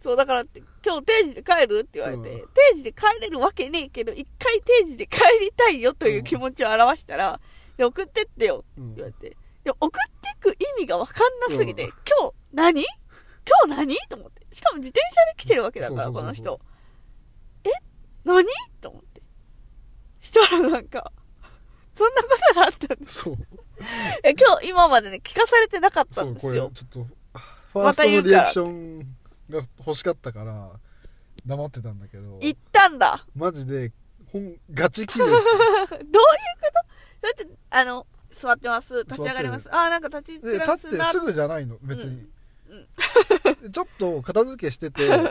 そうだからって今日定時で帰るって言われて、
う
定
ん
時で帰れるわけねえけど一回定時で帰りたいよという気持ちを表したら、で送ってってよ
うん
って言われてでも送ってく意味が分かんなすぎて、
うん
今日何今日何と思ってしかも自転車で来てるわけだから
そうそうそうそう
この人え何と思ってしたらなんかそんなことがあ
(laughs)
ったんです
そう
いや今日今までね聞かされてなかった
そ
ん
う
で
こ
す
れちょ
よ
っとファーストのリアクションが欲しかったから黙ってたんだけど
行ったんだ
マジでほんガチ
(laughs)
気
ど
絶
ういうことだって、あの、座ってます、立ち上がります。ああー、なんか立ち
で
上がります
立って
な。
すぐじゃないの別に、
うん
でちょっと片付けしててたなん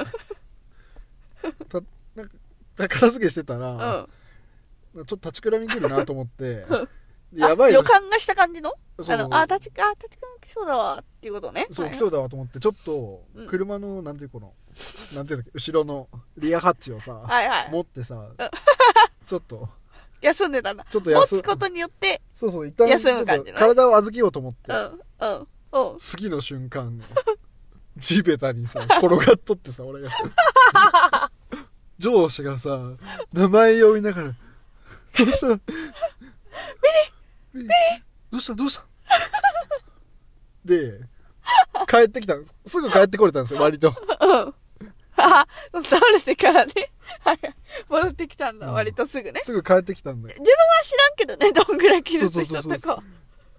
か片付けしてた
う
ら、
ん。
ちょっと立ちくらみくるなと思って
うん
でやばい
あ予
な
感がした感じの
そう
あの、あー、立ち、あー、立ちくん来そうだわ、っていうことね。
そう
はい
来そうだわと思ってちょっと
うん
車のなんていうこのなんていうんだっけ後ろのリアハッチをさ
はいはい。
持ってさちょっと
休んでたんだ。
ちょっと
持
休
つことによって、
そうそう一旦
休
ち
む
ょっ
感
と
じのね
体を預けようと思って
うん、うん、うん。 (laughs)
次の瞬間地べたにさ転がっとってさ俺が上司がさ名前呼びながら「どうしたビリビリどうしたどうした?」で帰ってきたんですすぐ帰ってこれたんですよ割と
あー倒れてからね。はいはい。戻ってきたんだ、
うん
割とすぐね。
すぐ帰ってきたんだよ
自分は知らんけどね、どんぐらい傷ついちゃっ
そうそう
た
そ
か
う
は。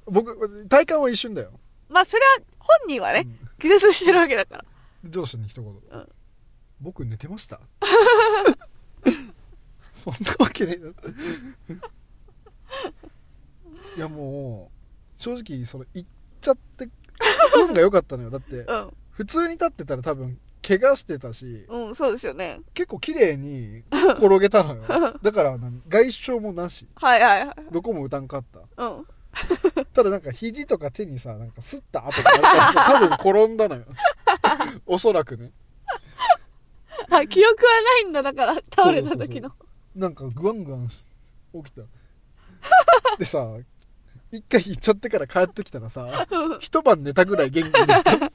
僕体感は一瞬だよ
まあ、それは本人はね、傷ついてるわけだから。
上司に一言、
うん
僕寝て
(laughs)
ましたそんなわけねえだろいやもう正直それ行っちゃって運が良かったのよだって
う
普通に立ってたら多分怪我してたし
ん、うん、そうですよね。
結構綺麗に転げたのよだから何外傷もなし
はいはいはい。
どこも打たんかった
うん。
ただなんか肘とか手にさなんかすった跡があるからさ多分転ん
(laughs)
だのよおそらくね
あ、記憶はないんだ、だから、倒れた時の。
なんかグワングワンし起きたでさ一回行っちゃってから帰ってきた
(laughs)
らさ一晩寝たぐらい元気になった
わ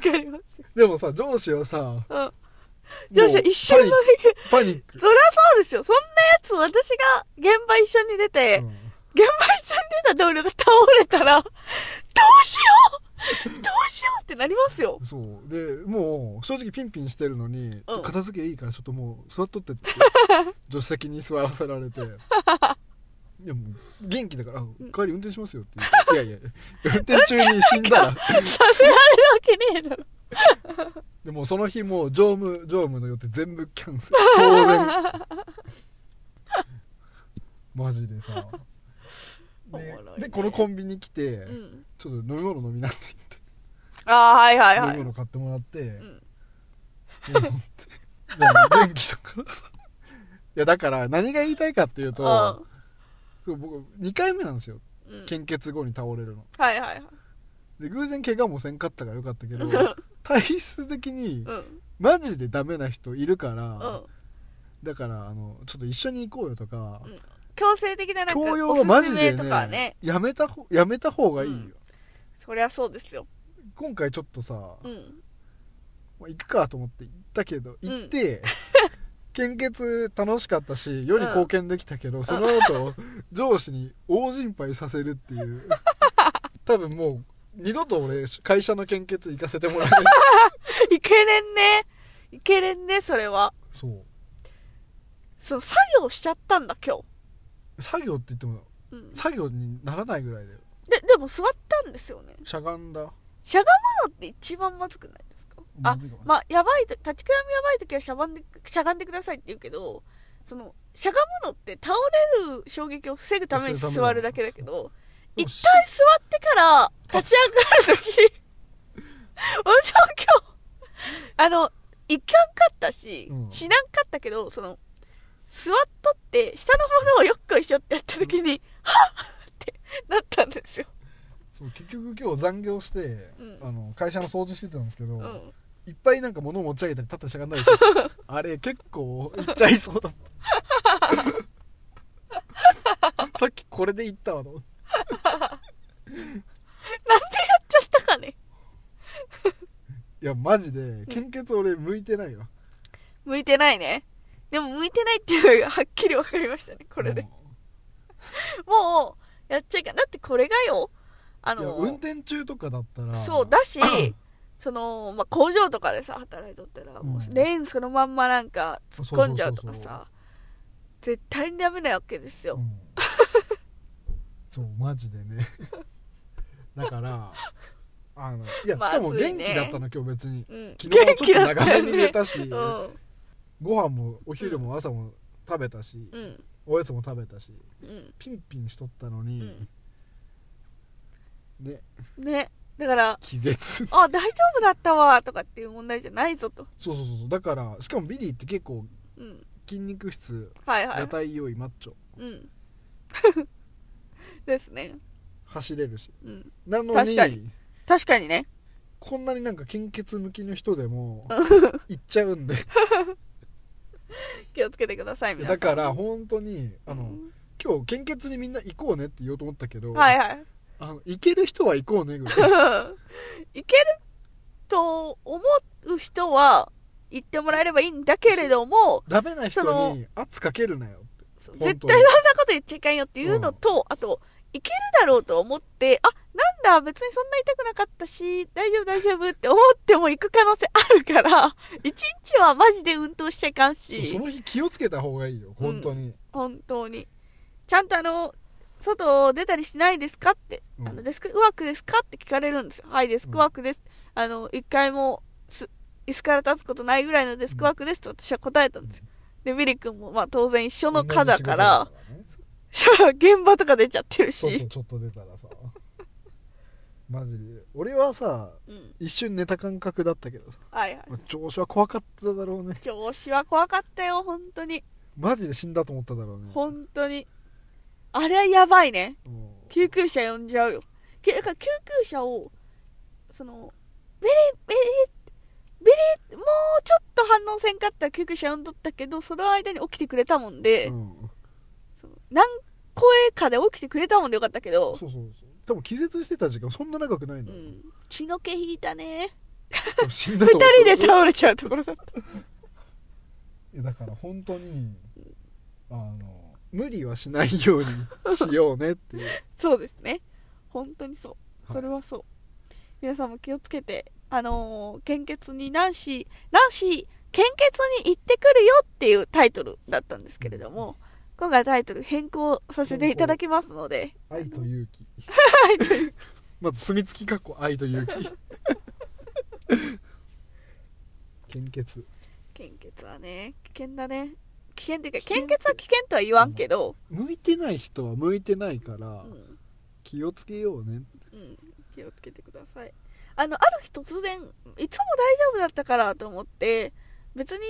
かります。
でもさ上司はさ
うん。上司は
もう
一瞬の出来事
パニック
そりゃそうですよ。そんなやつ、私が現場一緒に出て、
パニック、
現場一緒に出た同僚が倒れたら、どうしようどうしようってなりますよ
うん。そうでもう正直ピンピンしてるのに、
うん
片付けいいからちょっともう座っ
(laughs)
とってって助手席に座らせられていやもう元気だからあ「帰り運転しますよ」って言って「いやいや運転中に死んだら」
させられるわけねえだろ。
でもうその日もう常務常務の予定全部キャンセル当然 (laughs) マジでさ
おも
で,、
ろいね
でこのコンビニ来て、
うん。
ちょっと飲み物飲みなって
ああ、はいはい
言っ
は
て飲
い。
み物買ってもらって、
ん
もうもう元気だか
(laughs)
らさいやだから何が言いたいかっていうと、そう僕2回目なんですよ
うん。うん
献血後に倒れるの
はいはいはい。
で偶然怪我もせんかったからよかったけど体質的に
うん。うん。
マジでダメな人いるから、
うん。
だからあのちょっと一緒に行こうよとか、
うん強制的ななんか、
教養
お
はマ
すす
ジ
め
で
と
ね
かね。
やめたほやめた方がいいよ、
そりゃそうですよ。
今回ちょっとさ、
うん。
まあ行くかと思って行ったけど
うん
行って、
(laughs)
献血楽しかったし世に貢献できたけど、その後上司に大心配させるっていう
(laughs)
多分もう二度と俺会社の献血行かせてもらえ
(laughs)
ない
いけれんね。いけれんね、それは。
そう
その作業しちゃったんだ今日、
作業って言っても
うん、
作業にならないぐらいだよ
ででも座ったんですよね
しゃがんだ
しゃがむのって一番まずくないですかあ
まずいかもね
まあやばいと立ちくらみやばい時はしゃばんでしゃがんでくださいって言うけどそのしゃがむのって倒れる衝撃を防ぐために
防ぐため
座
の
るだけだけど
そう
一体座ってから立ち上がる時私は今日あの行かんかったし、
うん
しなんかったけどその座っとって下のものをよっこいしょってやった時に、はっってなったんですよ、
そう結局今日残業して、
うん
あの会社の掃除してたんですけど、
うん、
いっぱいなんか物を持ち上げたり立ったりしゃがんだりして
(laughs)
あれ結構い
(laughs)
っちゃいそうだったさっきこれでいったわと思って
ちゃったかね。
いやマジで献血俺向いてないわ
向いてないね。でも向いてないっていうのがはっきり分かりましたね、これで。
も
もう、やっちゃいかん。だってこれがよ、あ
ういや
の、
運転中とかだったら
そうだ
(clears throat)
しその、まあ、工場とかでさ働いとったらも
うん
うレーンそのまんまなんか突っ込んじゃうとか
そうそうそう
さ絶対にダメなわけです
う
よ、
んそうマジで
(laughs)
ねだからあのいやし
まずいね
かも元気だったの今日別に
うん、
昨日はちょっと長めに寝
元
たし
気だったね
ご飯もお昼も朝も食べたし、
(laughs) うんうん
おやつも食べたし
うん
ピンピンしとったのに、ね
ねだから
気絶 (laughs)
あ大丈夫だったわとかっていう問題じゃないぞと、
そうそうそうそうだからしかもビリーって結構
うん、
筋肉質
はいは
が
い
たい良いマッチョ
うん (laughs) ですね、
走れるし
うん、
なの
確か
に
に確かにね
こんなになんか献血向きの人
(laughs)
でも行っちゃうんで
気をつけてください皆さん
だから本当にあの、
うん
今日献血にみんな行こうねって言おうと思ったけど、
はいはい (laughs)
あの行ける人は行こうねぐらい
いけると思う人は言ってもらえればいいんだけれども
ダメな人
そ
に圧かけるなよって
絶
当に
対そんなこと言っちゃいかんよっていうのと、あといけるだろうと思ってあなんだ別にそんな痛くなかったし大丈夫大丈夫って思っても行く可能性あるから一日はマジで運動しちゃいかん
そう
し
その日気をつけた方がいいよ本当に、
本当にちゃんとあの外出たりしないですかって、
うん
あのデスクワークですかって聞かれるんですよはいデスクワークです、あの一回もす椅子から立つことないぐらいのデスクワークですと私は答えたんですよでビリ君もまあ当然一緒の課だから (laughs)
同じ仕
現場とか出ちゃってる
事だから
し
ねちょっとちょっと出たらさマジで俺はさ
うん
一瞬寝た感覚だったけどさ
はいはい
調子は怖かっただろうね
調子は怖かったよ本当に
マジで死んだと思っただろうね
本当にあれはやばいね
うん
救急車呼んじゃうよけだから救急車をそのベリベリベリもうちょっと反応せんかったら救急車呼んどったけどその間に起きてくれたもんで、
うん
その何声かで起きてくれたもんでよかったけど
そうそうそう多分気絶してた時間そんな長くないの
う
よ、
ん血の毛引いたね
多分死んだ
二
と思
人
う
で倒れちゃうところだった
いやだから本当にあの無理はしないようにしようねっていう
(laughs) そうですね本当にそう
は
そ
い
れはそう、皆さんも気をつけてあのー献血にナンシーナンシー献血に行ってくるよっていうタイトルだったんですけれども今回タイトル変更させていただきますので
愛と勇気 (laughs) まず墨付きかっこ愛と勇気 (laughs) 献血
献血はね危険だね危険っていうか献血は危険とは言わんけど、
向いてない人は向いてないから
うん
気をつけようね
うん、気をつけてくださいあのある日突然いつも大丈夫だったからと思って別に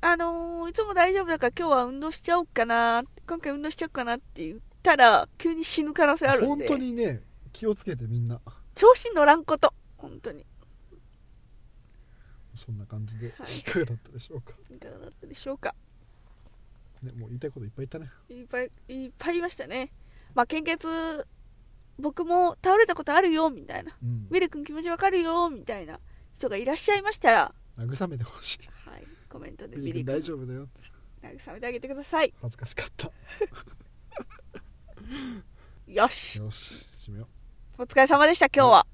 あのーいつも大丈夫だから今日は運動しちゃおうかな今回運動しちゃおうかなって言ったら急に死ぬ可能性あるん
本
で
当にね気をつけてみんな
調子に乗らんこと本当に
そんな感じで、
はい
い、かがだったでしょうか、
いかがだったでしょうか
ね、もう言いたいこといっぱい言ったね
いっぱいいっぱいいましたねまあ献血僕も倒れたことあるよみたいな
うん
ウィル君気持ちわかるよみたいな人がいらっしゃいましたら、
慰めてほしい
はい、コメントで
ビ
ビ
リ
リ
ー
君
大丈夫だよ
慰めてあげてください
恥ずかしかった
よし
よし締めよう
お疲れ様でした、今日は。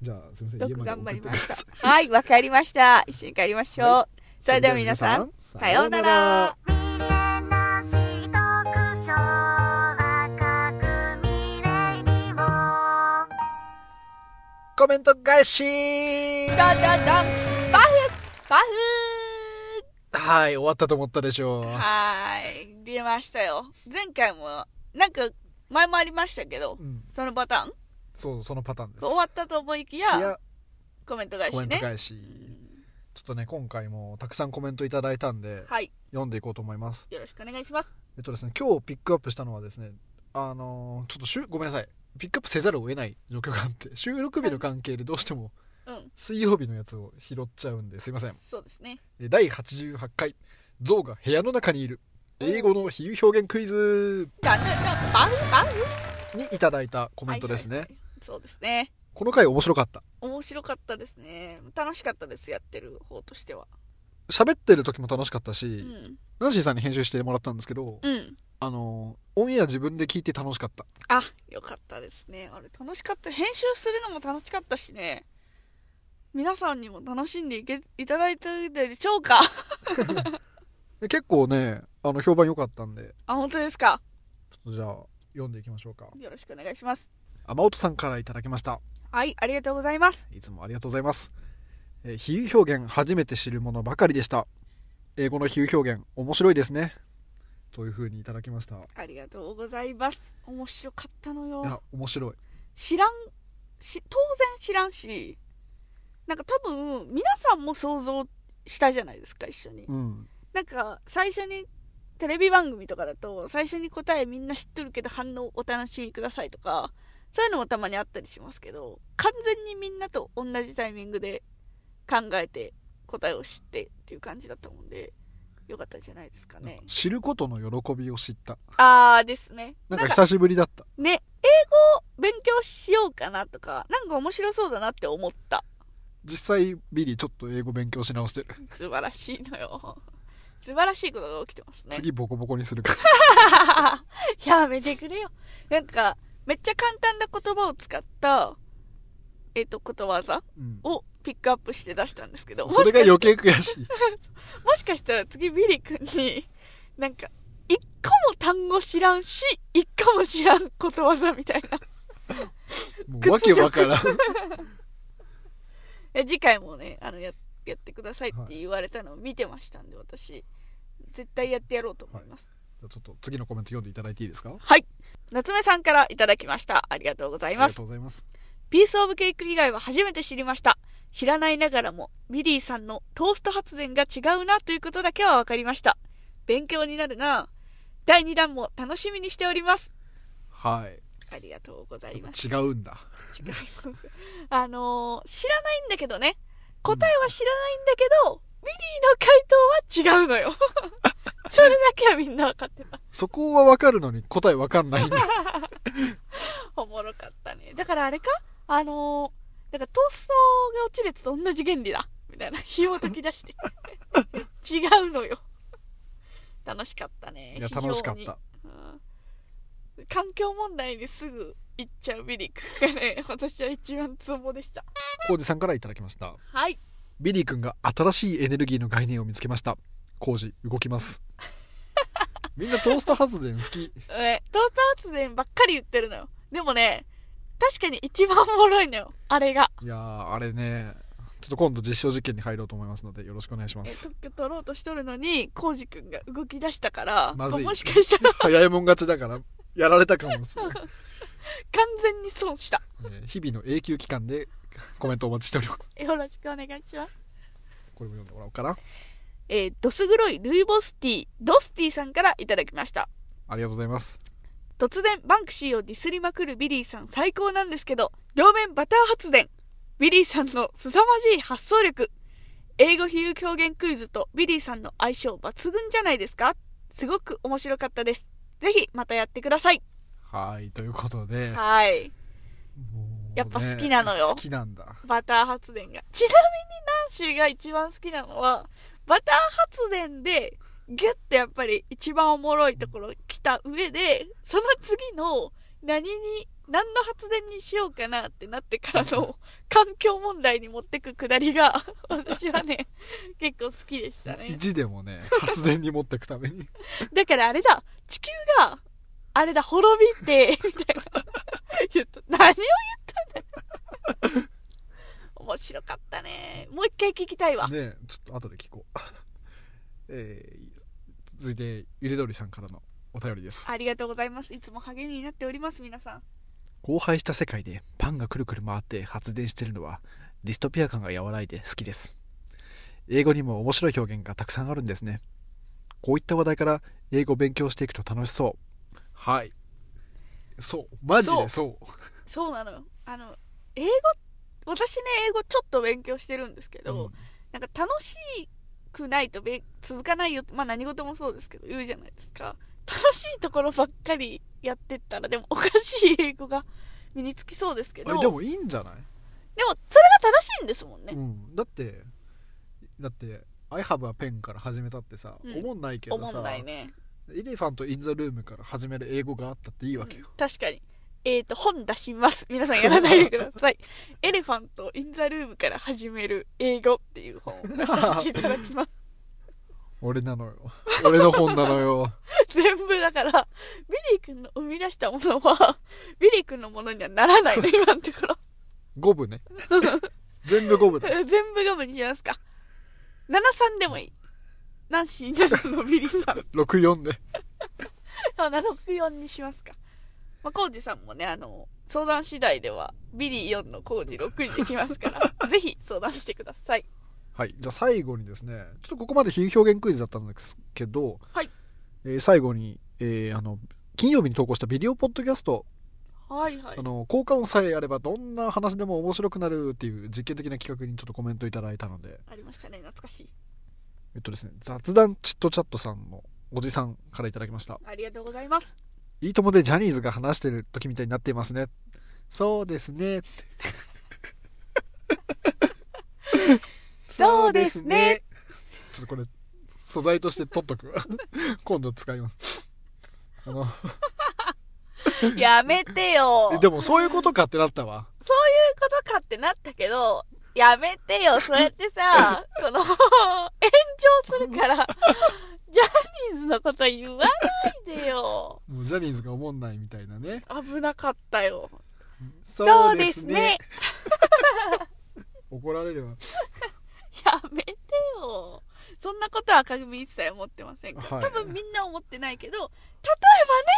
じゃあすいません
よ
家
く
まで
頑
送
張
っ
り
てく
ま
だ
し
(laughs) さい
た。はい、わかりました。一緒に帰りましょう。
は
それでは皆さん、さようなら。
コメント返し
ダダダンバフバ
はい、終わったと思ったでしょう。
フはーい、出ましたよ。前回も、なんか、前もありましたけど
う、ん、
そのパターン
そう、そのパターンです。
終わったと思いき
い
や
や、
コメント返
コメ
し
ント
ね。
返し。ちょっとね、今回もたくさんコメントいただいたんで、
はい、
読んでいこうと思います。
よろしくお願いします。
えっとですね、今日ピックアップしたのはですね、あのーちょっとしゅ、ごめんなさい。ピックアップせざるを得ない状況があって、 (laughs) 収録日の関係でどうしても
うん、
水曜日のやつを拾っちゃうんですいません。
そうですね。
え第88回、象が部屋の中にいる。英語の比喩表現クイズ。
ダダダンバフバフ
にいただいたコメントですね、
はいはいはいそうですね。
この回面白かった
面白かったですね。楽しかったです、やってる方としては。
喋ってる時も楽しかった
う
し、
ん。
ナンシーさんに編集してもらったんですけど、
うん。
あのオンエア自分で聞いて楽しかった
あ、よかったですね。あれ、楽しかった。編集するのも楽しかったしね。皆さんにも楽しんでいけいただいたでしょうか (laughs)
で結構ねあの評判良かったんで
あ、本当ですか
ちょっとじゃあ読んでいきましょうか
よろしくお願いします。
天音さんからいただきました
はい、ありがとうございます。
いつもありがとうございます、えー比喩表現初めて知るものばかりでした英語の比喩表現面白いですねというふうにいただきましたい
ありがとうございます。面白かったのよ。
や面白い
知らんし当然知らんしなんか多分皆さんも想像したじゃないですか一緒に、
うん
なんか最初にテレビ番組とかだと最初に答えみんな知ってるけど反応お楽しみくださいとかそういうのもたまにあったりしますけど完全にみんなと同じタイミングで考えて答えを知ってっていう感じだったもんでよかったんじゃないですか
なん
ね
か知ることの喜びを知った
ああですね
なんか久しぶりだった
ね、英語を勉強しようかなとか、なんか面白そうだなって思った。
実際ビリーちょっと英語勉強し直してる、
素晴らしいのよ。素晴らしいことが起きてますね。
次ボコボコにするから
(laughs) やめてくれよ。なんか、めっちゃ簡単な言葉を使った、えっ、と、ことわざ
うん
をピックアップして出したんですけど、
そそれが余計悔しい
もしかしたら次ビリ君に、なんか、一個も単語知らんし、一個も知らんことわざみたいな。
もうわけわからん
(laughs)
(laughs)
え次回もねあのややってくださいって言われたのを見てましたんで、私絶対やってやろうと思います
じゃあちょっと次のコメント読んでいただいていいですか
はい、夏目さんからいただきましたありがとうござ
あ
い
り
ま
が
す
とうございます
ピースオブケーク以外は初めて知りました知らないながらもビリーさんのトースト発電が違うなということだけは分かりました勉強になるな第2弾も楽しみにしております
はい
ありがとうございます
違うんだ
違います (laughs) あのー知らないんだけどね。答えは知らないんだけど、ミリーの回答は違うの
(laughs)
よ。それだけはみんな分かってた。
そこはわかるのに答えわか
(laughs)
んないんだ
おもろかったね。だからあれかあのー、だからトーストが落ちるやつと同じ原理だ。みたいな。
(laughs)
火を焚き出して。 (laughs) 違うのよ。楽しかったね。
いや
非常に
楽しかった。
うん環境問題にすぐ行っちゃうビリー君がね、 (laughs) 私は一番ツボでした。
浩二さんからいただきました
はい。
ビリー君が新しいエネルギーの概念を見つけました浩二動きます
(laughs)
みんなトースト発電好き
ね、トースト発電ばっかり言ってるのよ。でもね、確かに一番おもろいのよ。あれが。
いやーあれねちょっと今度実証実験に入ろうと思いますのでよろしくお願いしま
え
す
特許取ろうとしとるのに、コウジくんが動き出したから、
まずい
もしかしたら
早いもん勝ちだからやられたかもしれない、
完全に損した。
えー日々の永久期間でコメントお待ちしております
よろしくお願いします。
これも読んでもらおうかな
えードス黒いルイボスティー、ドスティさんからいただきました。
ありがとうございます
突然バンクシーをディスりまくるビリーさん最高なんですけど両面バター発電ビリーさんの凄まじい発想力英語比喩表現クイズとビリーさんの相性抜群じゃないですかすごく面白かったですぜひまたやってください
はいということで
はい
もうね
やっぱ好きなのよ
好きなんだ
バター発電がちなみにナンシーが一番好きなのはバター発電でギュッてやっぱり一番おもろいところ来た上でその次の何に何の発電にしようかなってなってからの環境問題に持ってくくだりが私はね結構好きでしたね
意地でもね発電に持っていくために
だからあれだ地球があれだ滅びて (laughs) みたいな言った何を言ったんだよ面白かったねもう一回聞きたいわ
ねちょっと後で聞こう (laughs) えー続いてゆでどりさんからのお便りです
ありがとうございます。いつも励みになっております、皆さん。
荒廃した世界でパンがくるくる回って発電してるのはディストピア感が和らいで好きです英語にも面白い表現がたくさんあるんですねこういった話題から英語を勉強していくと楽しそ
はいそうマジでそう
そうなのよ。あの、英語、私ね、英語ちょっと勉強してるんですけど、
うん
なんか楽しくないとべ続かないよって、まあ何事もそうですけど、言うじゃないですか。正しいところばっかりやってったら、でもおかしい英語が身につきそうですけど、
あれ
で
で
も、
もいいんじゃない、
それが正しいんですもんね
う。ん、だってだって「I have a pen」から始めたってさ、
うん
思んないけ
お
ど
も
さ
んないね。
エレファント・イン・ザ・ルームから始める英語があったっていいわけよ、
確かに。えっ、と、本出します。皆さんやらないでくだ
(laughs)
さい。エレファント・イン・ザ・ルームから始める英語っていう本を出させていただきます。 (laughs)
俺なのよ (laughs) 俺の本なのよ
全部だから、ビリー君の生み出したものは、ビリー君のものにはならないの、今のところ。 (laughs)
五部ね全部五部だ
全部ガムにしますか。73でもいい。ナンシー7のビリーさん。
64で
764にしますか。まあ、コウジさんもね、あの、相談次第では、ビリー4のコウジ6にできます (laughs) から、ぜひ相談してください。
はいじゃあ最後にですねちょっとここまで比喩表現クイズだったんですけど、
はい
えー最後に、えーあの金曜日に投稿したビデオポッドキャスト、
はいはい
あ。の効果音さえあればどんな話でも面白くなるっていう実験的な企画にちょっとコメントいただいたので
ありましたね、懐かしい。
えっとですね雑談チットチャットさんのおじさんからいただきました
ありがとうござい
(laughs)
ます。
いいともでジャニーズが話してる時みたいになっていますねそうです (laughs) ね
そうですね
ちょっとこれ素材として取っとく (laughs) 今度使いますあの
やめてよ。そうい
え
う
でもそういうことかってなったわ
ことかってなったけど、やめてよ。そうやって
(laughs)
さ、その、炎上するから、ジャニーズのこと言わないでよ。
もうジャニーズが思んないみたいなね
危なかったよ。
そうですね。 (laughs) 怒られるわ
やめてよ。そんなことは鏡一切思ってませんから、
は
多
い
分みんな思ってないけど、例えばね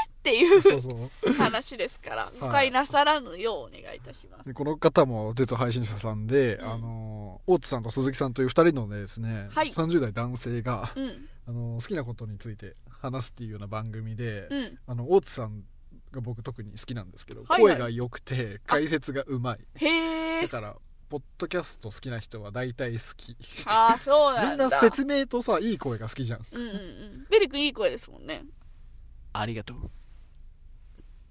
ってい
そう
う
そう
話ですから、誤解なさらぬようお願いいたします。
でこの方も実は配信者さんで、
うん
あの大津さんと鈴木さんという2人のですね、
はい
30代男性が (laughs)
うん、
あの好きなことについて話すっていうような番組で、
うん。
あの大津さんが僕特に好きなんですけど、
はいはい
声が良くて解説がうまい
へ
だ
え。
からポッドキャスト好きな人は大体好き
ああ、そう
み
なんんだ。
な説明とさいい声が好きじゃん
うんうんうん。ベリ君いい声ですもんね。
ありがとう。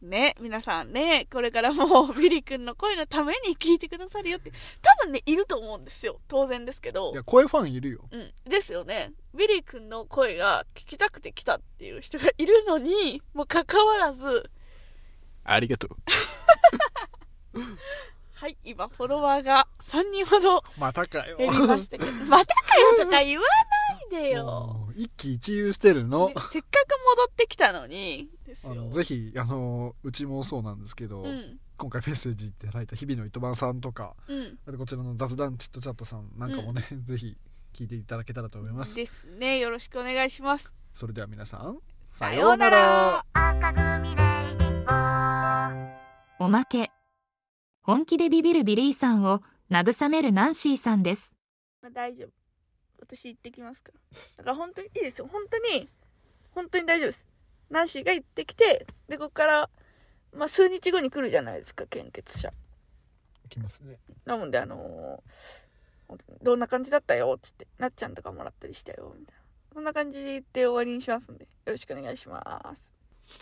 ね、皆さんね、これからもうビリ君の声のために聞いてくださるよって、多分ね、いると思うんですよ。当然ですけど
いや。声ファンいるよ
うん。ですよね。ビリ君の声が聞きたくて来たっていう人がいるのに、もかかわらず、
ありがとう。
はい、今フォロワーが3人ほど
またかよ
減りました
(laughs)
けど、またかよとか言わないでよ。
もう一喜一憂してるの
ねせっかく戻ってきたのに、です
あ
よ
の。ぜひあのうちもそうなんですけど、
うん。
今回メッセージいただいた日々の糸満さんとか
うん。
あとこちらの雑談チットチャットさんなんかもね、ぜひ聞いていただけたらと思います
ですね。よろしくお願いします。
それでは皆さん
さようなら。
おまけ。本気でビビるビリーさんを慰めるナンシーさんです。
まあ、大丈夫。私行ってきますから。だから本当にいいですよ。本当に、本当に大丈夫です。ナンシーが行ってきて、で、ここから、まあ、数日後に来るじゃないですか、献血者。
いきますね
なので、あのーどんな感じだったよ、つって、なっちゃんとかもらったりしたよ、みたいな。そんな感じで終わりにしますんで、よろしくお願いします。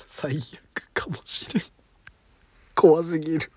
最悪かもしれん怖すぎる